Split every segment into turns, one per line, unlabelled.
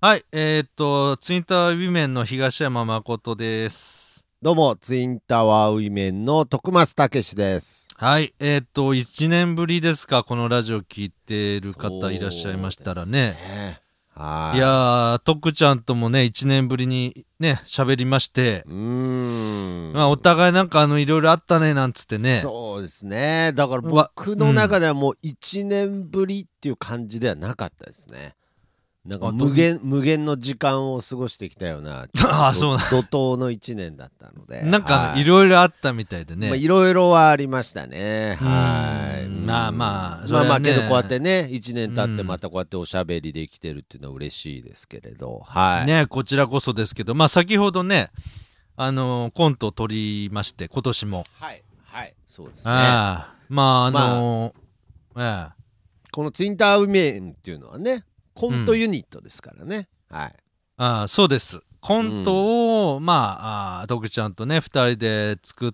はい、えーっと、ツインタワーウィメンの東山誠です。
どうも、ツインタワーウィメンの徳松たけしです。
はい、えーっと、1年ぶりですか、このラジオ聞いてる方いらっしゃいましたらね。
ねはい。
いやー、徳ちゃんともね、1年ぶりにね、喋りまして、
うーん。
まあ、お互いなんか、あの、いろいろあったね、なんつってね。
そうですね。だから
わ
僕の中ではもう1年ぶりっていう感じではなかったですね。なんか
あどう
無限無限の時間を過ごしてきたような
あーそう
怒涛の1年だったので
なんか、
はい
いろいろあったみたいでね。
まあ、いろいろはありましたね。はい。
うんまあまあ
うん
それ
ま
は
あ
ね
まあ、けどこうやってね、1年経って
うん
またこうやっておしゃべりできてるっていうのは嬉しいですけれど。はい。
ね、こちらこそですけど、まあ、先ほどね、あのーコントを取りまして、今年も。
はい。はい。そうですね。
ああまあ、あのーええ
このツインターウメンっていうのはね、コントユニットですからね。はい。
ああそうですコントを、まあああ徳ちゃんとね2人で作っ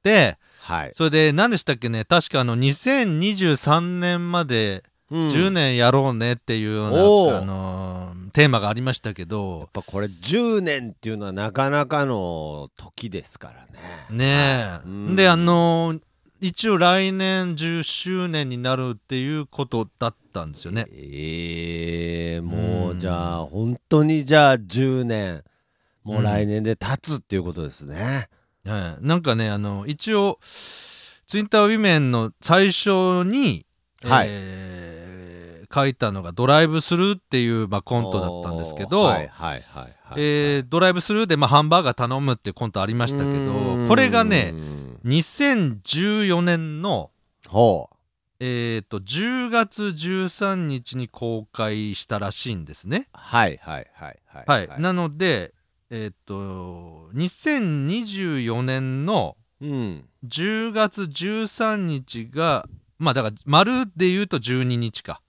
て
はい。
それで何でしたっけね確かあの2023年まで
うん
10
やっ
年やろうねっていうような、
おー
あのーテーマがありましたけど
ぱこれ10年っていうのはなかなかの時ですからね。
ねえ、
うん
であのー一応来年10周年になるっていうことだったんですよね。
えー、も
うん
うじゃあ本当にじゃあ10年もう来年で経つっていうことですね。
ええなんかねあの一応ツイッターウィメンの最初に、
はい
えー書いたのが「ドライブスルー」っていう、まあ、コントだったんですけど、
おーはいはいはいはい、
えードライブスルーで、まあ、ハンバーガー頼むっていうコントありましたけどこれがね
うーん
2014年の、
ほう
えー、と10月13日に公開したらしいんですね。
はいはいはいはい
はいなので、えー、と2024年の「
うん
10月13日がまあだから丸で言うと12日か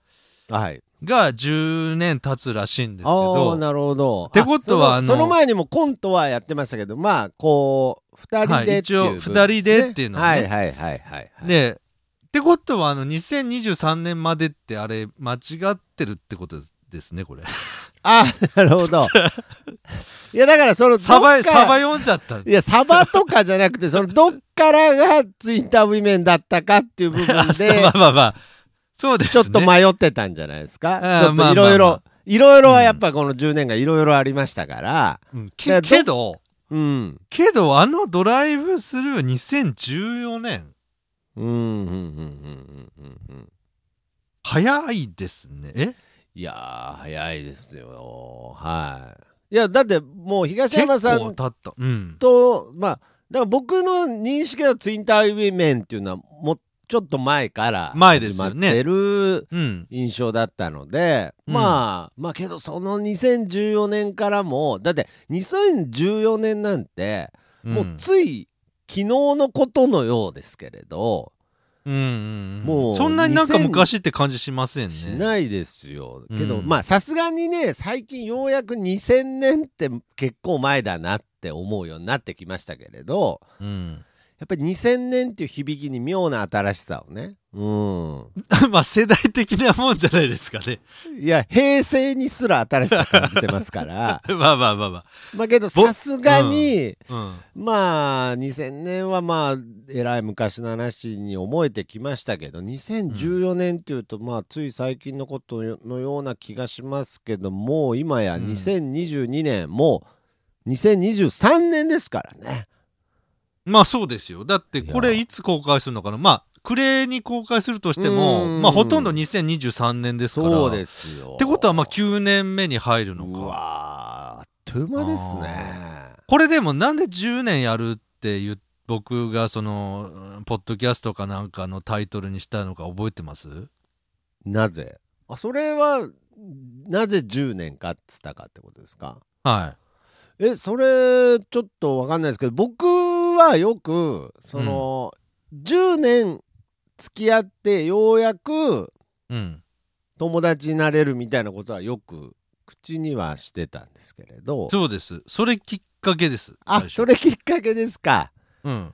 はい
が10年経つらしいんですけ
あー
ど
なるほど
ってことは
あ
あの
そのその前にもコントはやってましたけどまあこう二人でっていう
はい
部分
一応二人でっていうのはね
はいはいはいはいはい
でってことはあの2023年までってあれ間違ってるってことですねこれ
あーなるほど いやだからその
サバ
どっか
サバ読んじゃった
いやサバとかじゃなくてそのどっからがツインターウィメンだったかっていう 部分 で
まあまあまあそうです
ちょ
ね
っと迷ってたんじゃないですか。
あー
ちょっ
まあま
と
あ
いろい
まあ
ろ、いろいろはやっぱこの10年がいろいろありましたから、
うん
だ
け
からど
けど
うん。
けどあのドライブスルー2014年
うん、うん、うん、うん、うん、うん。
早いですねえ
いやー、早いですよ。はい。いや、だってもう東
結
山
構
さん
経ったうん
と、まあ、だから僕の認識のツインターウィメンっていうのは、もうちょっと前から
前ですよね
始まってる
うん
印象だったので、
うん
まあ、まあけどその2014年からも、だって2014年なんて、もうつい昨日のことのようですけれど、
うんうんうん
もう
そんなになんか
2000
昔って感じしませんね
しないですよ。けど、
うん
まあさすがにね最近ようやく2000年って結構前だなって思うようになってきましたけれど
うん
やっぱり2000年っていう響きに妙な新しさをねう
まあ世代的なもんじゃないですかね
んいや平成にすら新しさ感じてますから
まあまあまあま
まあけど
ぼ
さすがに、
あ、うん、
まあ2000年はまあえらい昔の話に思えてきましたけど2014年っていうとまあつい最近のことのような気がしますけどもう今や
うん
2022年もう2023年ですからね。
まあそうですよだってこれ
いや
いつ公開するのかなまあ暮れに公開するとしても
うん
まあほとんど2023年ですから
そうですすよ。
ってことはまあ9年目に入るの
う
か
わーあっという間ですね。
これでもなんで10年やるって言う僕がそのうんポッドキャストかなんかのタイトルにしたのか覚えてます
なぜあそれはなぜ10年かっつったかってことですか
は
えそれちょっとわかんないですけど僕はよくその、10年付き合ってようやく
いうん
友達になれるみたいなことはよく口にはしてたんですけれど
そうですそれきっかけです
あ
最初
それきっかけですか
うん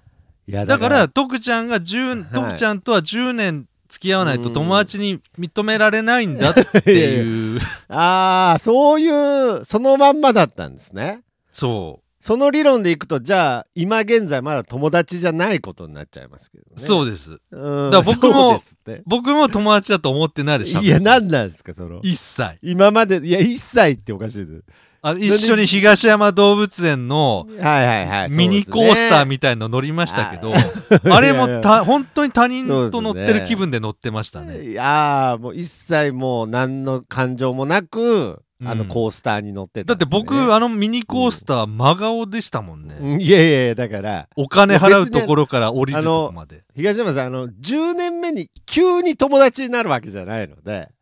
いや
だか
だ
ら
か
徳ちゃんが10
はい
徳ちゃんとは10年付き合わないと
うん
友達に認められないんだって いう
ああそういうそのまんまだったんですね
そ
その理論でいくとじゃあ今現在まだ友達じゃないことになっちゃいますけど
う
ね
そうです
うん
だから僕も
そうですって
僕も友達だと思ってないでし
いや何なんですかその
一切
今までいや一切っておかしいです
あの一緒に東山動物園の
はいはいはい
ミニコースター
見
みたいの乗りましたけど、
い
あれも
いやい
た本当に他人と乗って
そうです
る
ね
気分で乗ってましたね。
いやーもう一切もう何の感情もなく、
うん
あのコースターに乗って
だ
た
っ
ん
て
ですね、
僕、あのミニコースター真顔でしたもんね。
うんいやいやいやだから
お金払うところから降りるとこまで。
東山さんあの10年目に急に友達になるわけじゃないので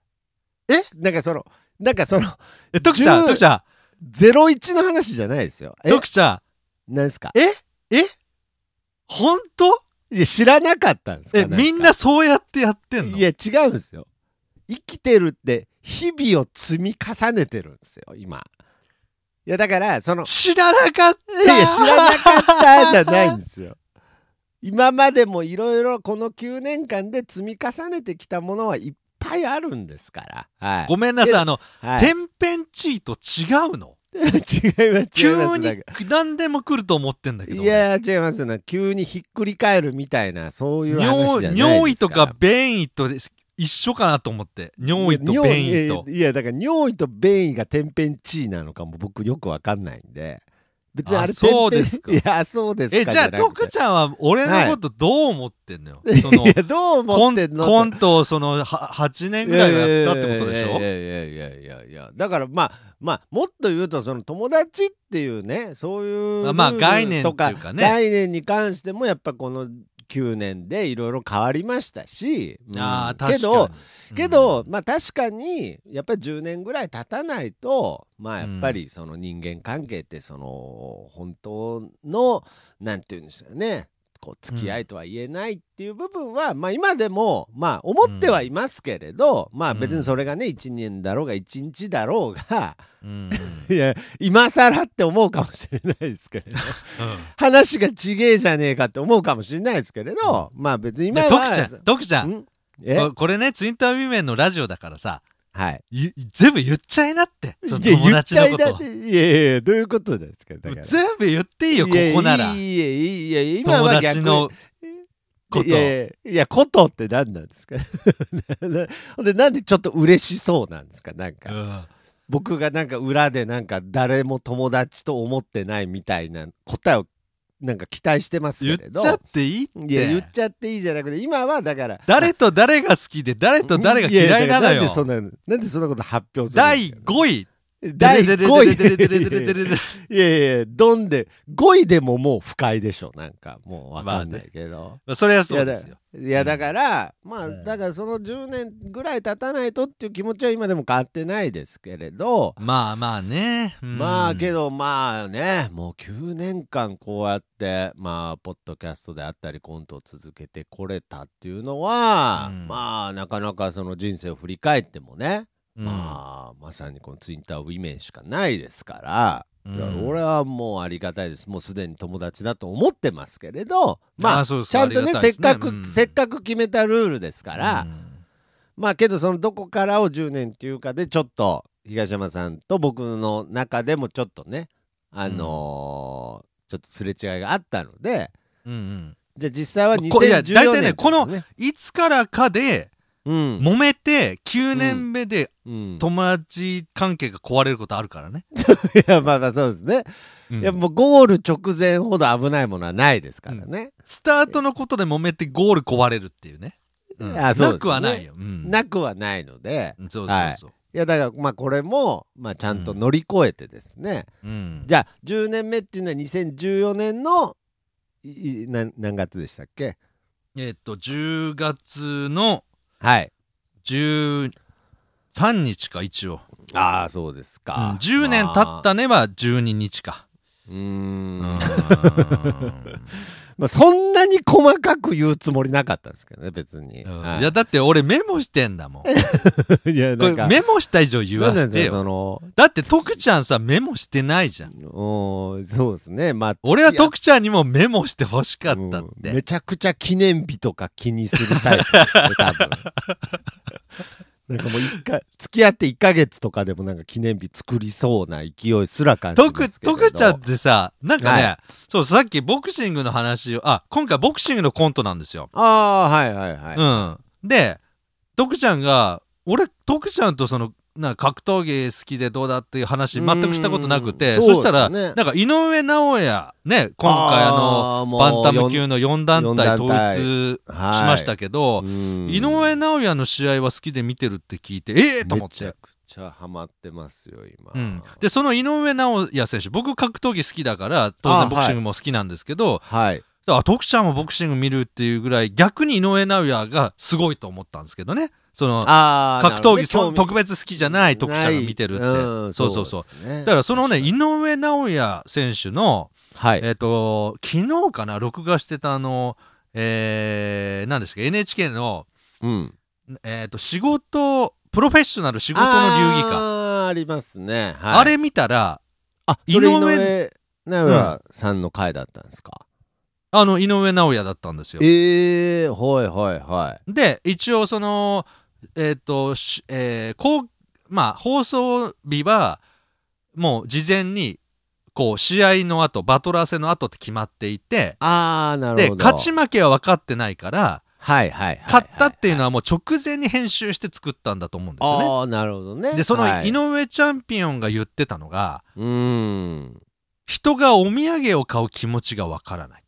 えなんかそのなんかその
え、徳ちゃん、
10
徳ちゃ
01の話じゃないですよ
ん、
え
徳ちゃ
なんですか
ん、ええ本当
いや知らなかったんですか
え、
なんか
みんなそうやってやってんの
いや違うんですよ生きてるって日々を積み重ねてるんですよ今いやだから その
知らなかっ
い
た
や知らなかったじゃないんですよ。今までもいろいろこの9年間で積み重ねてきたものはいっぱいあるんですから。はい。
ごめんなさい、あの、
はい、
天変地異と違うの
違います違います。
急
なん
に
か
何でも来ると思ってんだけど。
いや違いますな急にひっくり返るみたいなそういう話じゃな
尿
いですから
尿意とか便意とです一緒かなと思って尿意と便意と
いやいやいやだから尿意と便意が天変地異なのかも僕よくわかんないんで別にあれ
あそうですか
天 変いやそうですか
えじゃあ
なくて
徳ちゃんは俺のことどう思ってんのよ、その
いやどう思
コ
って
ン
んの
コントをそのは8年ぐらいはやったってことでしょ
いやいやいやいやいやいやだからまあまあもっと言うとその友達っていうねそういう
まあ
ルール
概念
と
って
か
いうかね
概念に関してもやっぱこの9年でいろいろ変わりましたし、うん
ああ確かに
けど
うん
けど、まあ確かにやっぱり10年ぐらい経たないとまあやっぱりその人間関係ってその本当のなんて言うんですかねこう付き合いとは言えないっていう部分は、まあ今でもまあ思ってはいますけれど、まあ別にそれがね1年だろうが1日だろうが、
うん
いや今更って思うかもしれないですけ れど話がちげえじゃねえかって思うかもしれないですけれど、まあ別に
うん
今
で
は
徳ちゃん徳ちゃん
んえ
ここれねツインタビューメンのラジオだからさ
はい
ゆ全部言っちゃいなってその
いや
友達のこと
言っちゃいなっていやいやいやどういうことですかだから
全部言っていいよここなら
いやいやいやいや今
友
は逆
達
に
のこと
いやいやいやことって何なんですかほんでなんでちょっと嬉しそうなんですかなんか、
うん
僕がなんか裏でなんか誰も友達と思ってないみたいな答えをなんか期待してます
言
け
っ
れど
ちゃっていいって
いや言っちゃっていいじゃなくて今はだから
誰と誰が好きで誰と誰が嫌いなの
やだからなんで
よ
そんななんでそんなこと発表するんで
第
すか
5位
第5位
位
いやいやいや、どんで、5位でももう不快でしょ、なんか、もうわかんないけど。
それはそうですよ
いや、 だから、まあ、
うん
だからその10年ぐらい経たないとっていう気持ちは今でも変わってないですけれど、
まあまあね
まあけ
ど
どまあねもう9年間こうやってまあポッドキャストであったりコントを続けてこれたっていうのは、
うん
まあなかなかその人生を振り返ってもね、まあまさにこのツインターウィメンしかないですから、いや俺はもうありがたいですもうすでに友達だと思ってますけれどまあ
あそうです
ちゃんとね
ありがた
せ
い
っ
ですね
かく、
うん
せっかく決めたルールですから、まあけどそのどこからを10年っていうかでちょっと東山さんと僕の中でもちょっとねあのーちょっとすれ違いがあったのでじゃあ実際は
まあこいや
2014年、ね、
大体ねこのいつからかで
うん、
揉めて9年目で
うん、
友達関係が壊れることあるからね
いやまあまあそうですね、いやもうゴール直前ほど危ないものはないですからね、
スタートのことで揉めてゴール壊れるっていうねなくはないよ
なくはないので、
そうそうそう
いやだからまあこれも、まあ、ちゃんと乗り越えてですね、じゃあ10年目っていうのは2014年のいいな何月でしたっけ
えっと10月の
はい
13日か一応、
ああそうです
うん
か、
10年経ったたねは12日か
うーん
うーん
まあ、そんなに細かく言うつもりなかったんですけどね別に、
うん
はい
いやだって俺メモしてんだもんこ
いやな
れ
んか
メモした以上言わ
な
せ
んで
て
すよ
よ
その
だって徳ちゃんさメモしてないじゃん
うんそうですねまあ
俺は
付き合
徳ちゃんにもメモしてほしかったっ
う
て、
んめちゃくちゃ記念日とか気にするタイプですね多分なんかもう一回付き合って1ヶ月とかでもなんか記念日作りそうな勢いすら感じま
徳
すけれど
徳ちゃんってさなんかね、
は
そうさっきボクシングの話をあ今回ボクシングのコントなんですよ、
ああはいはいはい、
うんで徳ちゃんが俺徳ちゃんとそのなんか格闘技好きでどうだっていう話全くしたことなくて
うん
そ,、したら、
そうですね
なんか井上尚弥ね今回あの
あーもう
バンタム級の4団体統一し
四団体
ましたけど、
うん
井上尚弥の試合は好きで見てるって聞いてええと思っ
めち
て
ゃ、くちゃハマってますよ今、
うん、でその井上尚弥選手僕格闘技好きだから当
あ
然ボクシングも好きなんですけど
はい
あ、徳ちゃんもボクシング見るっていうぐらい逆に井上尚弥がすごいと思ったんですけどねその
あー
格闘技
なる
そ
ほどね興味
特別好きじゃない徳ちゃんが見てるって、
ないん
そうそうそう
ですね
だからそのね
確かに
井上尚弥選手の、
はい
えっと昨日かな録画してたあの、えー、何ですか NHK の、
うん
えー、と仕事プロフェッショナル仕事の流儀か。
あーありますね、はい、
あれ見たら
あそれ井
井上
上尚弥さんの回だったんですか、
あの井上尚弥だったんですよ。
ええー、はいはいはい
で一応そのえっ、と、しえーこうまあ放送日はもう事前にこう試合の後バトラー戦の後って決まっていて
ああなる
で
ほど
勝ち負けは分かってないから
はいはいはいはい
勝ったっていうの
は
はもう直前に編集して作ったんだと思うんですよね。
ああーなるほどね
でその
はい
井上チャンピオンが言ってたのが
うーん
人がお土産を買う気持ちが分からない。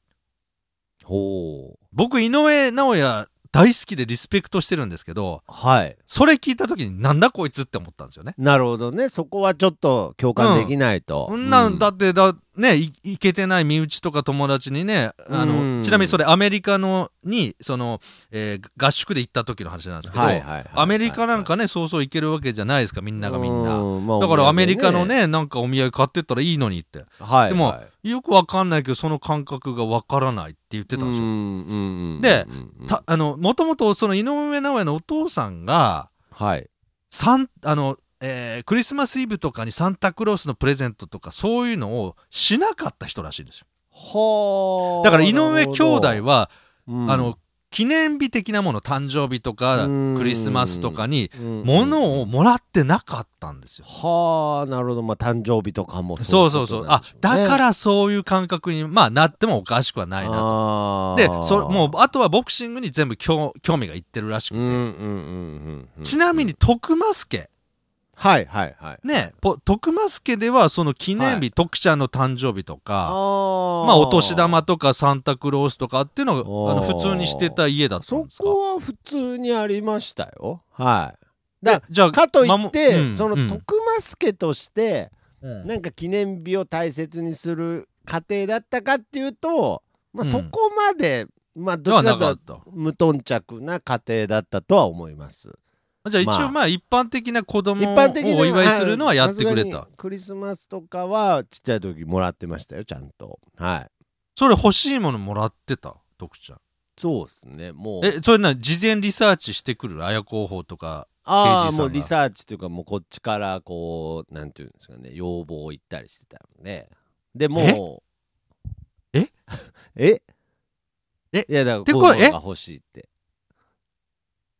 ほう
僕井上尚弥大好きでリスペクトしてるんですけど、
はい
それ聞いた時になんだこいつって思ったんですよね。
なるほどねそこはちょっと共感できないと、
こんなんだ
う
ってだねいいけてない身内とか友達にねあ
う
の
ん
ちなみにそれアメリカのにその、えー合宿で行った時の話なんですけど、
はいはいはい
アメリカなんかねそうそう行けるわけじゃないですかみんながみんな。
うまあ
だからアメリカの
お土
ねなんかお土産買ってったらいいのにって
産はいはい、
でも
う
よくわかんないけどその感覚がわからないって言ってたんですよ。
んうんうん
で
うんうん
たあのもともとその井上尚弥のお父さんが
はい
サンあの、えークリスマスイブとかにサンタクロースのプレゼントとかそういうのをしなかった人らしいんですよ
ほ
だから井上兄弟
は、
は、
うん
あの記念日的なもの誕生日とか
うん
クリスマスとかに
うん
物をもらってなかったんですよ、
はあなるほどまあ誕生日とかも
そうそうそうあだかららそういう感覚に、まあ、なってもおかしくはないな
な
でそもうあとはボクシングに全部興興味がいってるらしく
う
て、
んうんうんうん
ちなみに徳増家
はいはいはい
ねぽ徳増家ではその記念日、
はい
徳ちゃんの誕生日とか
あ
まあ、お年玉とかサンタクロースとかっていうのがあの
あー
普通にしてた家だったん
そ
ですか
こは普通にありましたよはい
で
だ
じゃあ
かといっ
ま
て、
もうん
その
うん
徳増家として、
うん
なんか記念日を大切にする家庭だったかっていうと、まあ、
うん
そこまで、まあ
で
ど
は
ちら
な
かと
か
いう
った
と無頓着な家庭だったとは思います
じゃあ一
ま
応
あ
まあ一般的な子供
一
を
般的には
お祝いするのはやってくれ
あのさすが
た
にクリスマスとかはちっちゃい時もらってましたよちゃんとはい
それ欲しいものもらってた徳ちゃん
そうですねもう
えそれな事前リサーチしてくる綾候補とか
あ
刑
あ
事さんが
もうリサーチというかもうこっちからこうなんていうんですかね要望を言ったりしてたのででもう
え
え
え
いやだか
て
ら
こ
こ
と
う
は
いうのが欲しいって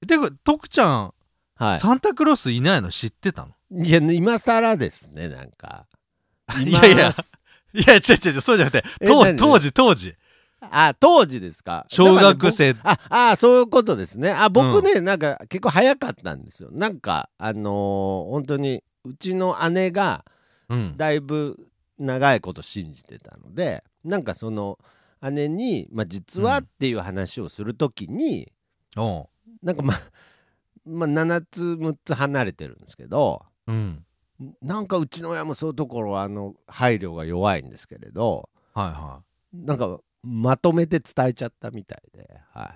で徳ちゃん、
はい
サンタクロースいないの知ってたの
いや今更ですねなんか
いやいや
今更
いや違う違う違うそうじゃなくて
え
当
何
当時当時
あ当時ですか
小学生
ああそういうことですねあ僕ね、なんか結構早かったんですよなんかあのー本当にうちの姉が
うん
だいぶ長いこと信じてたのでなんかその姉に、まあ、実は
うん
っていう話をするときに、
お
なんかまあ、まあ、7つ6つ離れてるんですけど
ううん
なんかうちの親もそういうところはあの配慮が弱いんですけれど
はいは
なんかまとめて伝えちゃったみたいで、は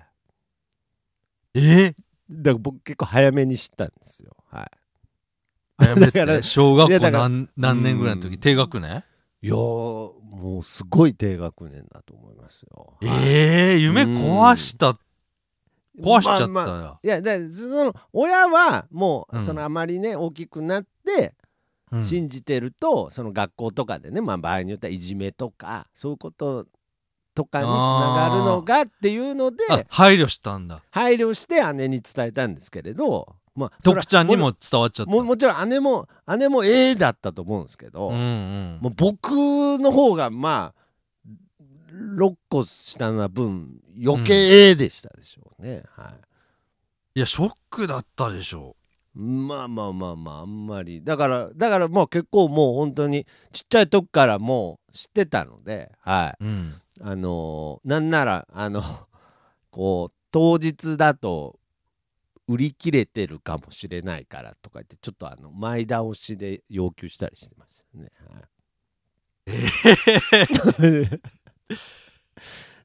い、
いえ
だから僕結構早めに知ったんですよ。はい
早めっ
だか
て
ら
小学
いや
校
だから
何何年ぐらいの時
うん
低学年
いやーももうすごい低学年だと思いますよ。はい
ええ夢壊した壊しちゃった
まあまあ
ら
いやだからその親はも
うん
うそのあまりね大きくなって
うん
信じてるとその学校とかでねまあ場合によってはいじめとかそういうこととかにつながるのがっていうので
あ配慮したんだ
配慮して姉に伝えたんですけれどまあそれは
徳ちゃんにも伝わっちゃった
ももちろん姉も姉も A だったと思うんですけど、
うんうん
もう僕の方がまあ6個下な分余計 A でしたでしょうね、はい
いやショックだったでしょ
まあまあまあまああんまりだからだからもう結構もう本当にちっちゃい時からもう知ってたのではい
うん
あのーなんならあの こう当日だと売り切れてるかもしれないからとか言ってちょっとあの前倒しで要求したりしてましたね、はい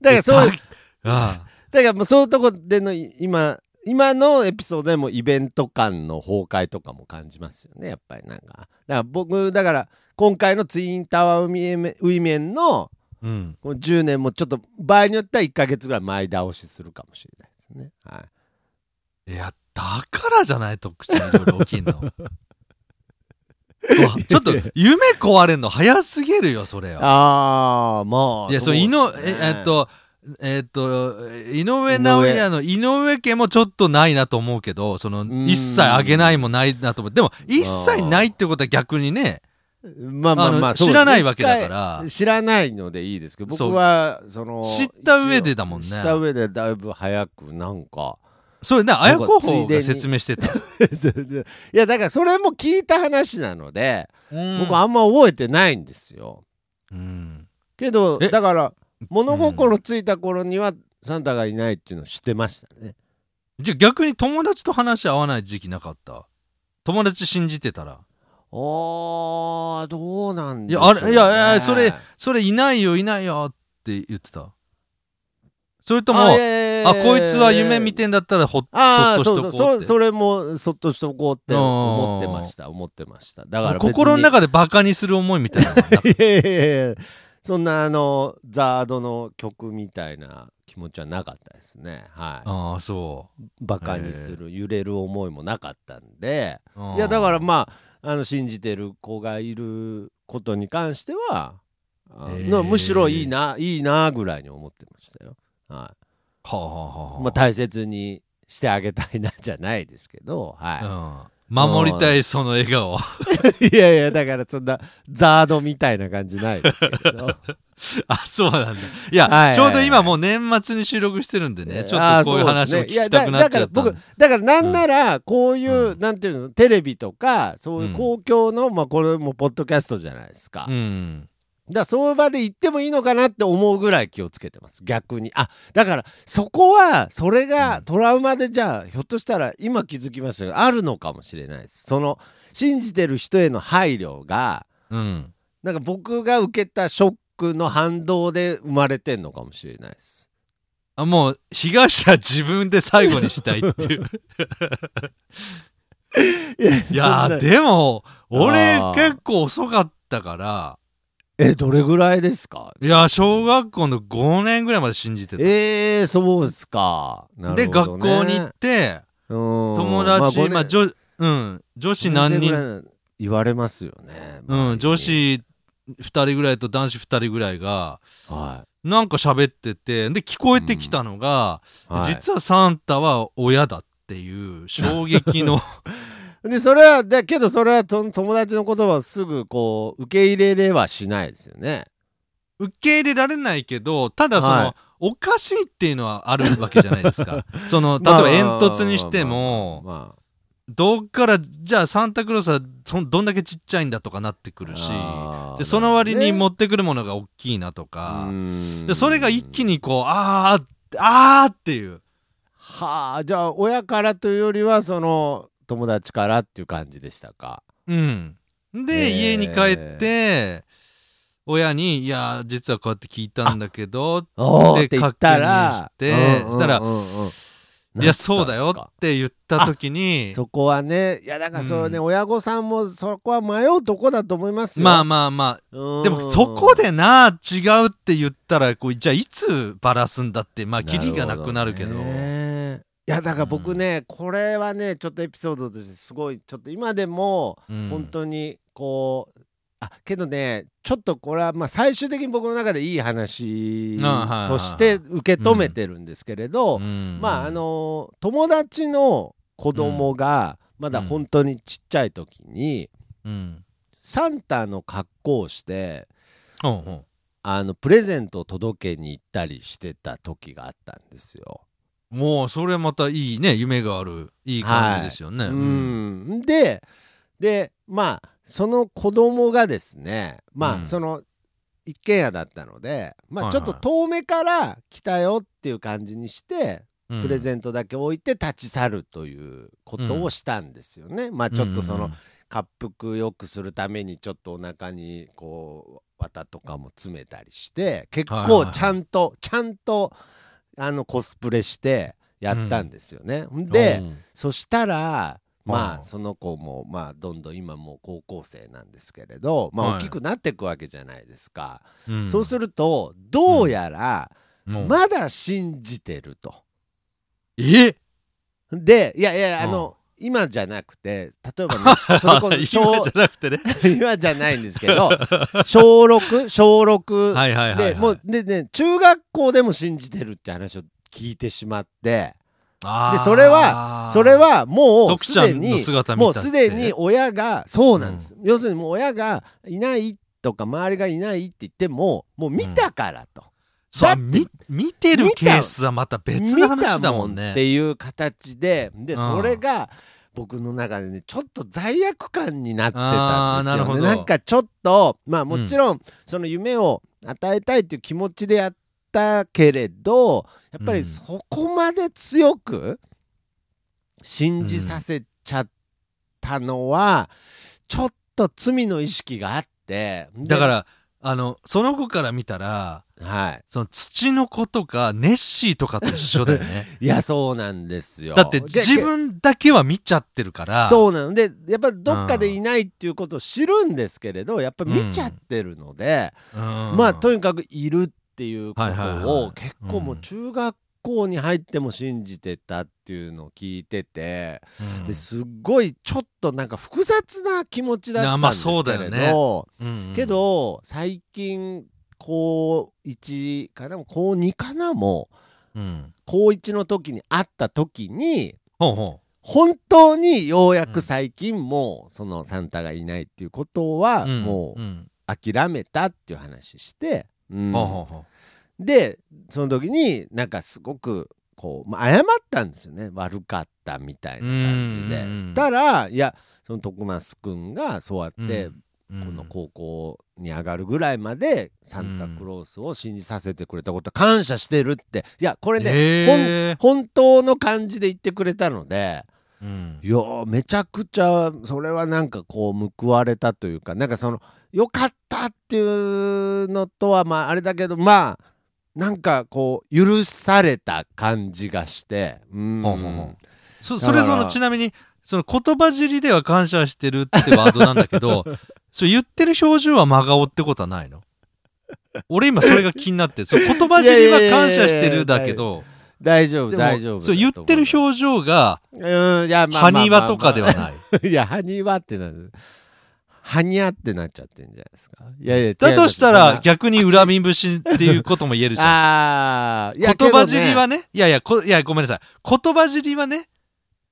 だからそういう
あ
だからもうそういうとこでのい今今のエピソードでもイベント間の崩壊とかも感じますよねやっぱりなんかだから僕だから今回のツインタワーウイメンウイメンの
あうん
この10年もちょっと場合によっては1ヶ月ぐらい前倒しするかもしれないですねはい
いやだからじゃない徳ちゃんいろいろ起きん のうわちょっと夢壊れんの早すぎるよそれは
ああまあ
いや、そう、井上、ええっと、えっと、井上尚弥の井上家もちょっとないなと思うけど、その、
ん
一切あげないもないなと思う。でも、一切ないってことは逆にね、
まあまあま
あ
あ
の
そう
知らないわけだから
一回知らないのでいいですけど
そう
僕はその
知った上でだもんね
知った上でだいぶ早くなんか
それね、綾
なん
候
かつ
補
いで
が
に
説明してた。
いやだからそれも聞いた話なので、僕
は、
あんま覚えてないんですよ
うん。
けど
え
だから物心ついた頃にはサンタがいないっていうのを知ってましたね
じゃあ逆に友達と話合わない時期なかった友達信じてたら。
あーどうなん
い
でし
や、
ょう
あ
ね、
れ、いや、いや、それ、それいないよ、いないよって言ってた。それとも、
あ
あ
いやいやいや
こいつは夢見てんだったらほっ、
あ
そ
あ
っと
そ
しと
う
こうっ
そう
て。
そそれもそっとしとこうって
うん
思ってました思ってましただから別に
心の中でバカにする思いみたいなのが な
いやいやいやそんなあのザードの曲みたいな気持ちはなかったですねはい
ああそ
バカにする揺れる思いもなかったんで
ううん
いやだからまああの信じてる子がいることに関してはあ
へえ
のむしろいいないいなぐらいに思ってましたよ。は
はあはあはいあ
まあ、大切にしてあげたいなじゃないですけど、は
うん、守りたいその笑顔
い、いやいやだからそんなザードみたいな感じないですけ ど
あそうなんだいや、
はいはいはい
ちょうど今もう年末に収録してるんでねちょっとこういう話を聞きたくなっちゃった
あーそうですねいやだだから僕だからなんならこういう、
うん
なんていうのテレビとかそういう公共の、まあ、これもポッドキャストじゃないですか。
うん
だからそういう場で行ってもいいのかなって思うぐらい気をつけてます逆にあだからそこはそれ
う
が
ん
トラウマでじゃあひょっとしたら今気づきましたがあるのかもしれないですその信じてる人への配慮が
うん
なんか僕が受けたショックの反動で生まれてんのかもしれないです
あもう被害者自分で最後にしたいって いういやーでも俺
あー
結構遅かったから
えどれぐらいですか
いや小学校の5年ぐらいまで信じてた、
えー、そうですかな
で
るほ
学
ど
校
ね
に行って
うん
友達、
まあ
まあ、女うん、女子何
五年生
人、
ぐらい言われますよね
うん、女
周りに
子2人ぐらいと男子2人ぐらいが
はい
なんか喋っててで聞こえてきたのが、
はい
実はサンタは親だっていう衝撃 の
でそれはだけどそれはと友達の言葉をすぐこう受け入れれはしないですよね。
受け入れられないけどただその、
はい
おかしいっていうのはあるわけじゃないです かその例えば煙突にしても
ま
どっからじゃあサンタクロースはそんどんだけちっちゃいんだとかなってく
あまあまあ
るし
あー
でその割に
なる
持ってくるものが大きいなとか。
ほどね
でそれが一気
うん
にこうあーあーっていう
はあじゃあ親からというよりはその友達からっていう感じでしたか。
うんで、
えー
家に帰って親に「いやー実はこうやって聞いたんだけど」
おー
で
って言った
確認し
ら
て
うんうんうんう
し
ん
たらいやそうだよって言った時に
そこはねいやだからそれね、
う
親御さんもそこは迷うとこだと思いますよ
まあまあまあで
で
もそこでな違うって言ったらこうじゃあいつバラすんだってまあキリがなくなるけど
ねいやだから僕ね、これはねちょっとエピソードとしてすごいちょっと今でも
うん
本当にこう、あけどねちょっとこれはまあ最終的に僕の中でいい話
あはいはいはい
として受け止めてるんですけれど、
うん
まああの友達の子供がまだ本当にちっちゃい時に、
うん
サンタの格好をして
ほうほう
あのプレゼントを届けに行ったりしてた時があったんですよ。
もうそれまたいいね夢があるいい感じですよね、
うん、ででまあその子供がですねまあ、
うん
その一軒家だったので、ま
は
あ、
い
ち
はい
ょっと遠目から来たよっていう感じにして、プレ
ン
ゼントだけ置いて立ち去るということをしたんですよね。まあ、ちょっとその滑腹良くするためにちょっとお腹にこう綿とかも詰めたりして結
はいはい
構
はい
ちゃんと、ちゃんとあのコスプレしてやったんですよね。で、そしたらま
う
あ
ん
その子もまあどんどん今もう高校生なんですけれどま
は
あ
い
大きくなっていくわけじゃないですか、
うん
そうするとどうやら
もう
まだ信じてると。
え
でいやいやあ
うん
の、今じゃなくて例えば ねそれこそ
今じ
小
ゃなくてね
今じゃないんですけど小6小6、
はいはいはい、はい、
でもうでね中学校でも信じてるって話を聞いてしまって
あー
でそれはそれはもう
徳
す
ちゃ
で
んの
に
姿見た
もう
って
すでに親がそうなんです、要するにもう親がいないとか周りがいないって言ってももう見たからと、
そう
だって
見見てる
見た
ケースはまた別の話だもん
見た
ね
っ。ていう形でで
うん
それが僕の中でねちょっと罪悪感になってたんです
あーな
よ、ね、
るほど
んかちょっとまあもちろん、その夢を与えたいっていう気持ちでやったけれどやっぱ
うん
りそこまで強く信じさせちゃったのは、ちょっと罪の意識があってで
だからあのその子から見たら
はい
その土の子とかネッシーとかと一緒だよね
いやそうなんですよ
だって
で
自分だけは見ちゃってるから
そうなのでやっぱりどっかでいないっていうことを知るんですけれどやっぱ見ちゃってるので、
うん
まあとにかくいるっていうこ
はいはいは
とを
い
結構もううん中学校に入っても信じてたっていうのを聞いてて
うん
ですっごいちょっとなんか複雑な気持ちだったんですけ
いやまあそ
れ
うだ
ど、
うんうん
けど最近高1かな高2かなもう
うん
高1の時に会った時に
ほうほ
本当にようやく最近もうそのサンタがいないっていうことは
ううん
もうん諦めたっていう話して、うん
ほうほうほ
でその時になんかすごくこう、まあ謝ったんですよね悪かったみたいな感じで
うんうんうん
そしたらいやその徳松くんがそうや
う
って
う
この
ん
高校に上がるぐらいまでサンタクロースを信じさせてくれたこと感謝してるっていやこれね
へー
本当の感じで言ってくれたので。
うん
いやーめちゃくちゃそれはなんかこう報われたというかなんかその良かったっていうのとはまああれだけどまあなんかこう許された感じがしてうん
ほうほうほうそ
だ
そ
から
れそのちなみにその言葉尻では感謝してるってワードなんだけどそれ言ってる表情は真顔ってことはないの俺今それが気になってるその言葉尻は感謝してるだけど
大丈
でも
夫大丈夫
そう言ってる表情が
うんいやまあまあまあ
埴輪とかではない
いや埴輪ってなる埴輪ってなっちゃってんじゃないですかいやいや
だとした
違い
ら
ます
逆に恨み節っていうことも言えるじゃん
あーいや
言葉尻
けどね
はねいやいやこいやごめんなさい言葉尻はね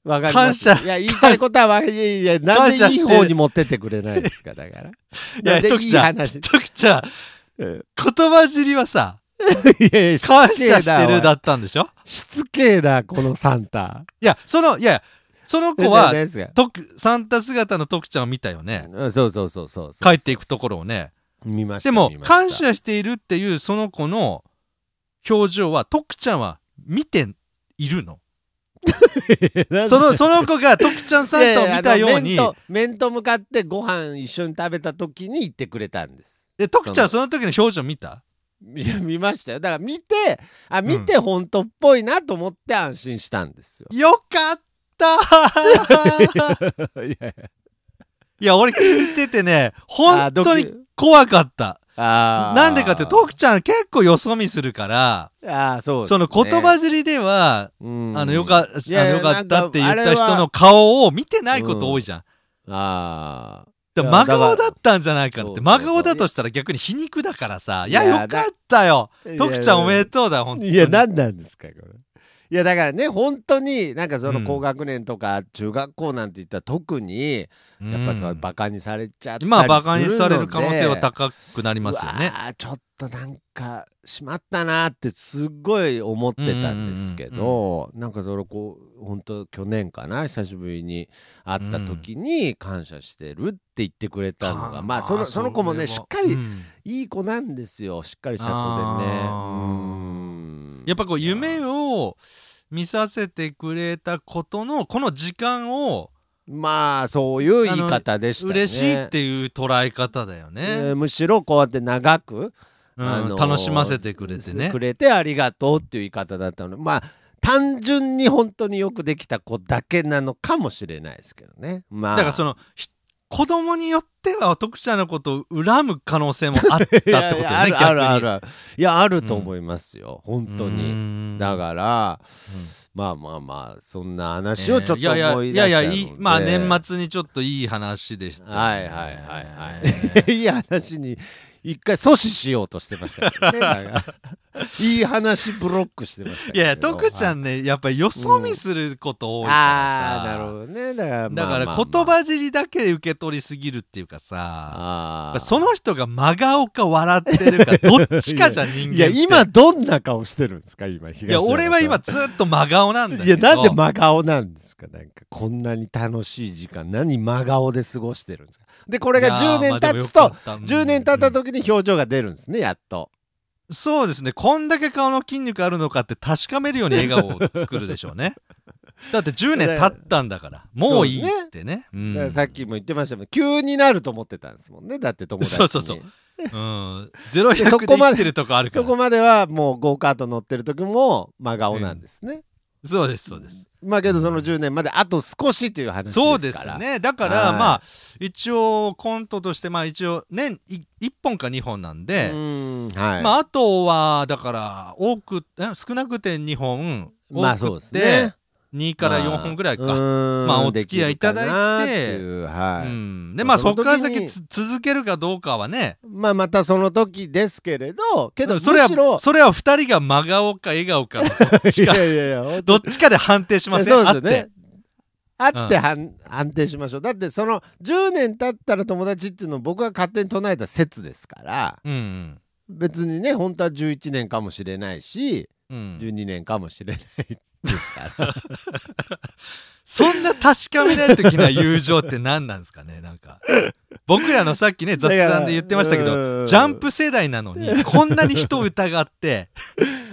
わかります
感謝
いや、言いたいことはわかり、いやいや、なん
感
で
謝
い
し
い
て
方に持ってってくれないですか、だから。
いや
なん
ひ
で
と
い
き
い
ちゃん
話。
とくちゃん
うん
言葉尻はさ
いやいや
感謝してる。
失礼
だったんでしょ
おい失敬だ、このサンタ。
いやそのいやその子は
全然です
とくサンタ姿の徳ちゃんを見たよね
がうんそうそうそうそう。
帰っていくところをね
見ました。
でも
見ました
感。謝しているっていうその子の表情は徳ちゃんは見ているのそのその子が 徳ちゃんサンタを見たように
いやいやあの面と面と向かってご飯一緒に食べた時に言ってくれたんです。
で徳ちゃんはその時の表情見た
いや見ましたよだから見てあ見て本当っぽいなと思って安心したんですよ、
よかった
いやいや
いや、俺聞いててね、
あ
本
ド
当
キ
に怖かった。
あー
なんでかって、徳ちゃん結構よそ見するから、
あーそうです
そ
ね
の言葉尻では、
うん
あの、よか、あ
いやいや
のよかったって言っ
なんかあ
た
れは
人の顔を見てないこと多いじゃん。だから
あーい
真
や
顔だったんじゃないかなって。
だから
真顔だとしたら逆に皮肉だからさ。いや、
いや
よかったよ。徳ちゃんおめでとうだ、本当に。
いや何なんですかこれいやだからね本当になんかその
うん
高学年とか中学校なんていったら特に
うん、
やっぱそれバカにされちゃったりするので、
今はバカにされる可能性は高くなりますよ
う
ね。
わーちょっとなんかしまったなーってすっごい思ってたんですけど、なんかそれこう本当去年かな久しぶりに会った時に感謝してるって言ってくれたのが、まあそのその子もねしっかり
うん
いい子なんですよしっかりした子でねう
あー
ん。
やっぱこう夢
を
を見させてくれたことのこの時間を
まあそういう言い方でしたね。
嬉しいっていう捉え方だよ
え
ね
ー、むしろこうやって長く
うん
あのー
楽しませてくれてね
くれてありがとうっていう言い方だったのでまあ単純に本当によくできた子だけなのかもしれないですけどね。まあ、
だからそのひ子供によっては徳ちゃんのことを恨む可能性もあったってことよね
いやいやあるある
逆
あるいやあると思いますよ、
に
本当
う
に。
ん
だか
う
ら
ん
まあまあまあそんな話をちょっ
え
と
ーや
思い出したので、
いやいやいいまあ年末にちょっといい話でしたね、
はいはいはいはいいい話に一回阻止しようとしてましたけどねなんかいい話ブロックしてましたけど
いやいや徳ちゃんねやっぱりよそ見すること多いからさ、
ああーなるほどねだから
だ
まあ
から
まあ
言
まあ
葉尻だけ受け取りすぎるっていうかさ
あー
その人が真顔か笑ってるかどっちかじゃん人間っ
い
て
や今どんな顔してるんですか今東
いや俺は今ずっと真顔なんだけど
いやなんで真顔なんですかなんかこんなに楽しい時間何真顔で過ごしてるんですかでこ
こ
れが10年経つと、10年経った時に表情が出るんですねやっと
そうですねこんだけ顔の筋肉あるのかって確かめるように笑顔を作るでしょう ねだって10年経ったんだからもういいってねうん
だからさっきも言ってましたけど急になると思ってたんですもんねだって友達に
そうそうそううんゼロ
いやそ
百で
こま
生
で
きてるとこあるか
そ
ら
こまではもうゴーカート乗ってる時も真顔なんですね、
そうですそうです
まあけどその10年まであと少しという話ですから
そうですねだから、
はい
まあ一応コントとしてまあ一応年い1本か2本なん
う
で、
ーんはい
まああとはだから多くえ少なくて2本多
まあそう
く
です
て
ね
2から4本ぐらいか、
まあうーん
まあお付き合いいただいて
できるかなっ
う
ていうはい
ん、で
ま
ま
あ
あそこから
その時
先
に
つ続けるかどうかはね
まあまたその時ですけれどけど
それ
むしろ
はそれは2人が真顔か笑顔 かのどっちか
いやいや いや本当
どっちかで判定しません
そうで
あ
す
っ
よ
て
ねあってはん判定しましょうだってその10年経ったら友達っていうのを僕が勝手に唱えた説ですから
うんうん
別にね本当は11年かもしれないし
うん、
12年かもしれないですから
そんな確かめないといけない友情って何なんですかねなんか僕らのさっ きね 雑談で言ってましたけど
ど
ジャンプ世代なのにこんなに人を疑 って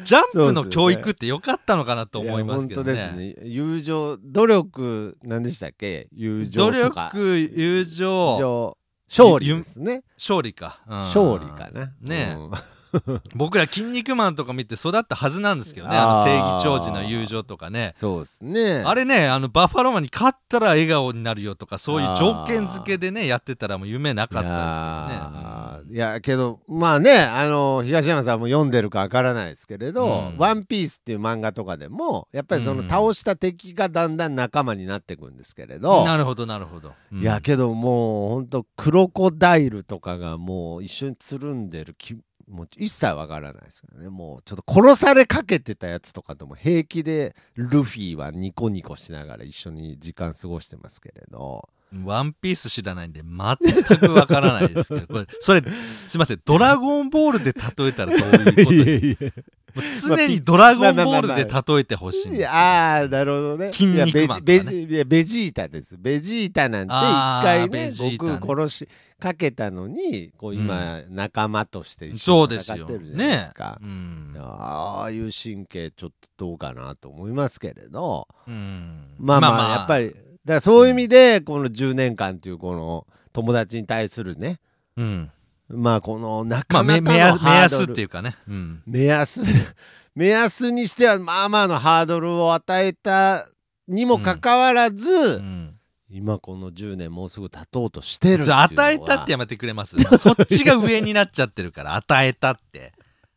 ジャンプの教育って良かったのかなと思いますけどね。
本当ですね友情努力何でしたっけ友情
努
とか
力友
友
情
情勝利ですね
勝利か、うん
勝利かな
ね
うん
僕ら「筋肉マン」とか見て育ったはずなんですけどね
あ
あ
ー
の正義長寿の友情とかね
そうですね
あれねあのバッファローマンに勝ったら笑顔になるよとかそういう条件付けでねやってたらもう夢なかったですけどね
いやーいやけどまあねあの東山さんも読んでるかわからないですけれど「
うん
ワンピースっていう漫画とかでもやっぱりそ
う
の
ん
倒した敵がだんだん仲間になっていくんですけれ
う
ど
ん、なるほどなるほど、うん
いやけどもうほんとクロコダイルとかがもう一緒につるんでるきもう一切わからないですけどねもうちょっと殺されかけてたやつとかとも平気でルフィはニコニコしながら一緒に時間過ごしてますけれど
ワンピース知らないんで全くわからないです けど、これ、それ、すいません、ドラゴンボールで例えたらどういうことにもう常にドラゴンボールで例えてほしいん
い
ですよ。
やあーなるほどね
筋肉マンとかね
いやベジベジいやベジータですベジータなんて一
あー
回
ベ
ね
ジータね
僕殺しかけたのにこう今仲間として一
そ
緒
う
に
です
戦っ
よ。
てるじゃないで
ね
すか。
うん。
ああいう神経ちょっとどうかなと思いますけれど
うん
まあまあ、やっぱ
り、
りだからそういう意味でこの10年間というこの友達に対するね
うん。
まあこのな
まあ、
かな
め
か
目
の
安目
ハー
安
ド
っ
ル
ていうかね、うん、
目安 目安にしてはまあまあのハードルを与えたにもかかわらず、
うん
今この10年もうすぐ経とうとしてるっていうのは
与えたってやめてくれますそっちが上になっちゃってるから 与えたって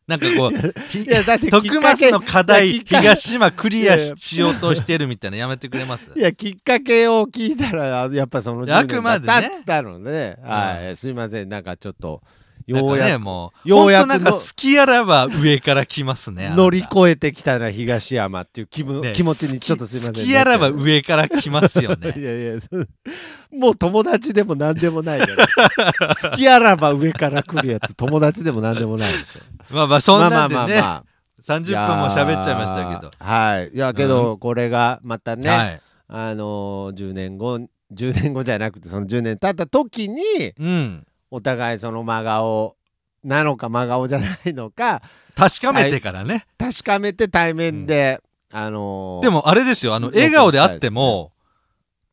なんかこうひ
いやだってきっかけ
徳松の課
い
題
やきっかけ
東島クリアししようとしてるみたいなやめてくれます
いやきっかけを聞いたらやっぱその
あ
10
く
年
ま
経
でね
ったっつったので、はい、すいませんなんかちょっとよ
な
うん
かね
やく
もう
ようや
や
くの
なんか好きあらば上から来ます ねあなた
乗り越えてきたな東山っていう気分、
ね
気持ちにちょっとすいません
好き好きあらば
なっ
上から来ますよ
ちゃうい
ね
やいやそうもう友達でも何でもないじゃない 好きあらば上から来るやつ友達でも何でもないでしょ
まあまあそんなんでね、
あ
30分も喋っちゃいましたけど
いやーはいいやけどこれがまたね、
はい
あのー、10年後10年後じゃなくてその10年経った時に
うん
お互いその真顔なのか真顔じゃないのか
確かめてからね、
確かめて対面で、あのー、
で、もあれですよあの
残したい
笑顔であっても、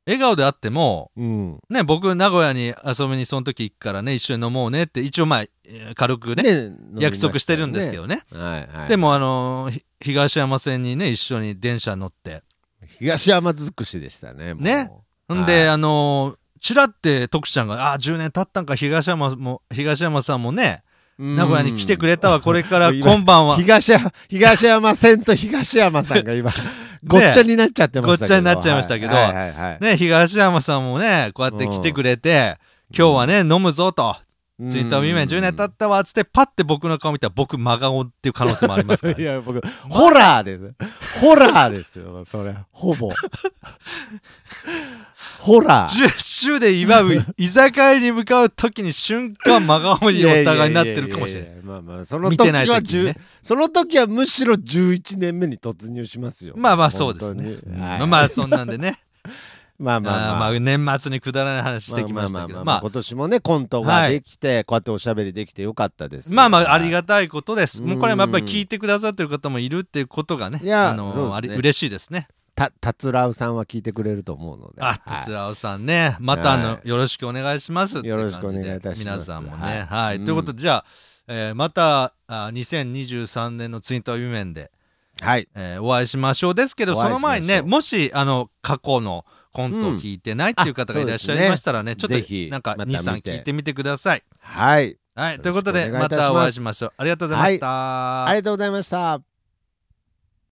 笑顔であっても
うん、
ね僕名古屋に遊びにその時行くからね一緒に飲もうねって一応まあえー軽くね
ね
約束してるんですけ、
飲
どね
みましたよねはいはい、
でもあのーひ東山線にね一緒に電車乗って
東山尽くしでしたねもう
ねん
はい
であのーちらって徳ちゃんが「ああ10年経ったんか東山も東山さんもね
うん
名古屋に来てくれたわこれから
今
今晩は
東山東山線と東山さん が今ごっちゃになっちゃってまし
ご
たけど
っちゃになっちゃいましたけど
はいはいはいはい
ね東山さんもねこうやって来てくれて今日はね飲むぞとツイッター見面10年経ったわっつってパッて僕の顔見たら僕真顔っていう可能性もありますから、
い
ね、
や僕ホラーですホラーですよそれほ ぼホラー
10周で祝う 居酒屋に向かう時に瞬間真顔にお互いになってるかもしれない
ややややまあまあその
見
時
てない
は
時に
10
ね
その時はむしろ11年目に突入しますよ
まあまあそうですね
本、当
う
に
ん
はい
まあそんなんでね
まあ
あー
まあ ま
ま
あ
あ年末にくだらない話してきましたけどまあ
今年もねコントができて、こうやっておしゃべりできてよかったです
まあまああ
が
りがたいことです、もうこれはやっぱり聞いてくださってる方もいるっていうことがね
いや
あの
そうですね
あり嬉しいですね
た達郎さんは聞いてくれると思うので、
あ、
はい
哲郎さんね、またあの、
は
よろしくお願いしますって感じで。
よろしくお願いいたします
皆さんもね、
は
はいい、
うん
ということで、じゃあ、えーまたあ2023年のツイッター面で、
はい、
えーお会いしましょうですけど、
お会い
そ
しましょ
の
う
前にね、もしあの過去のコントを聞いてないっていう方が
うん
いらっしゃいましたらね、
あそ
ち
う
ょっ
ですね
と
ぜひ
なんか
また
2、3
見て
聞いてみてください。
はい、
はい、
よ
という
ろしく
ことで、
お願い
ま
いたします
たお会いしましょう。ありがとうございました。
ありがとうございました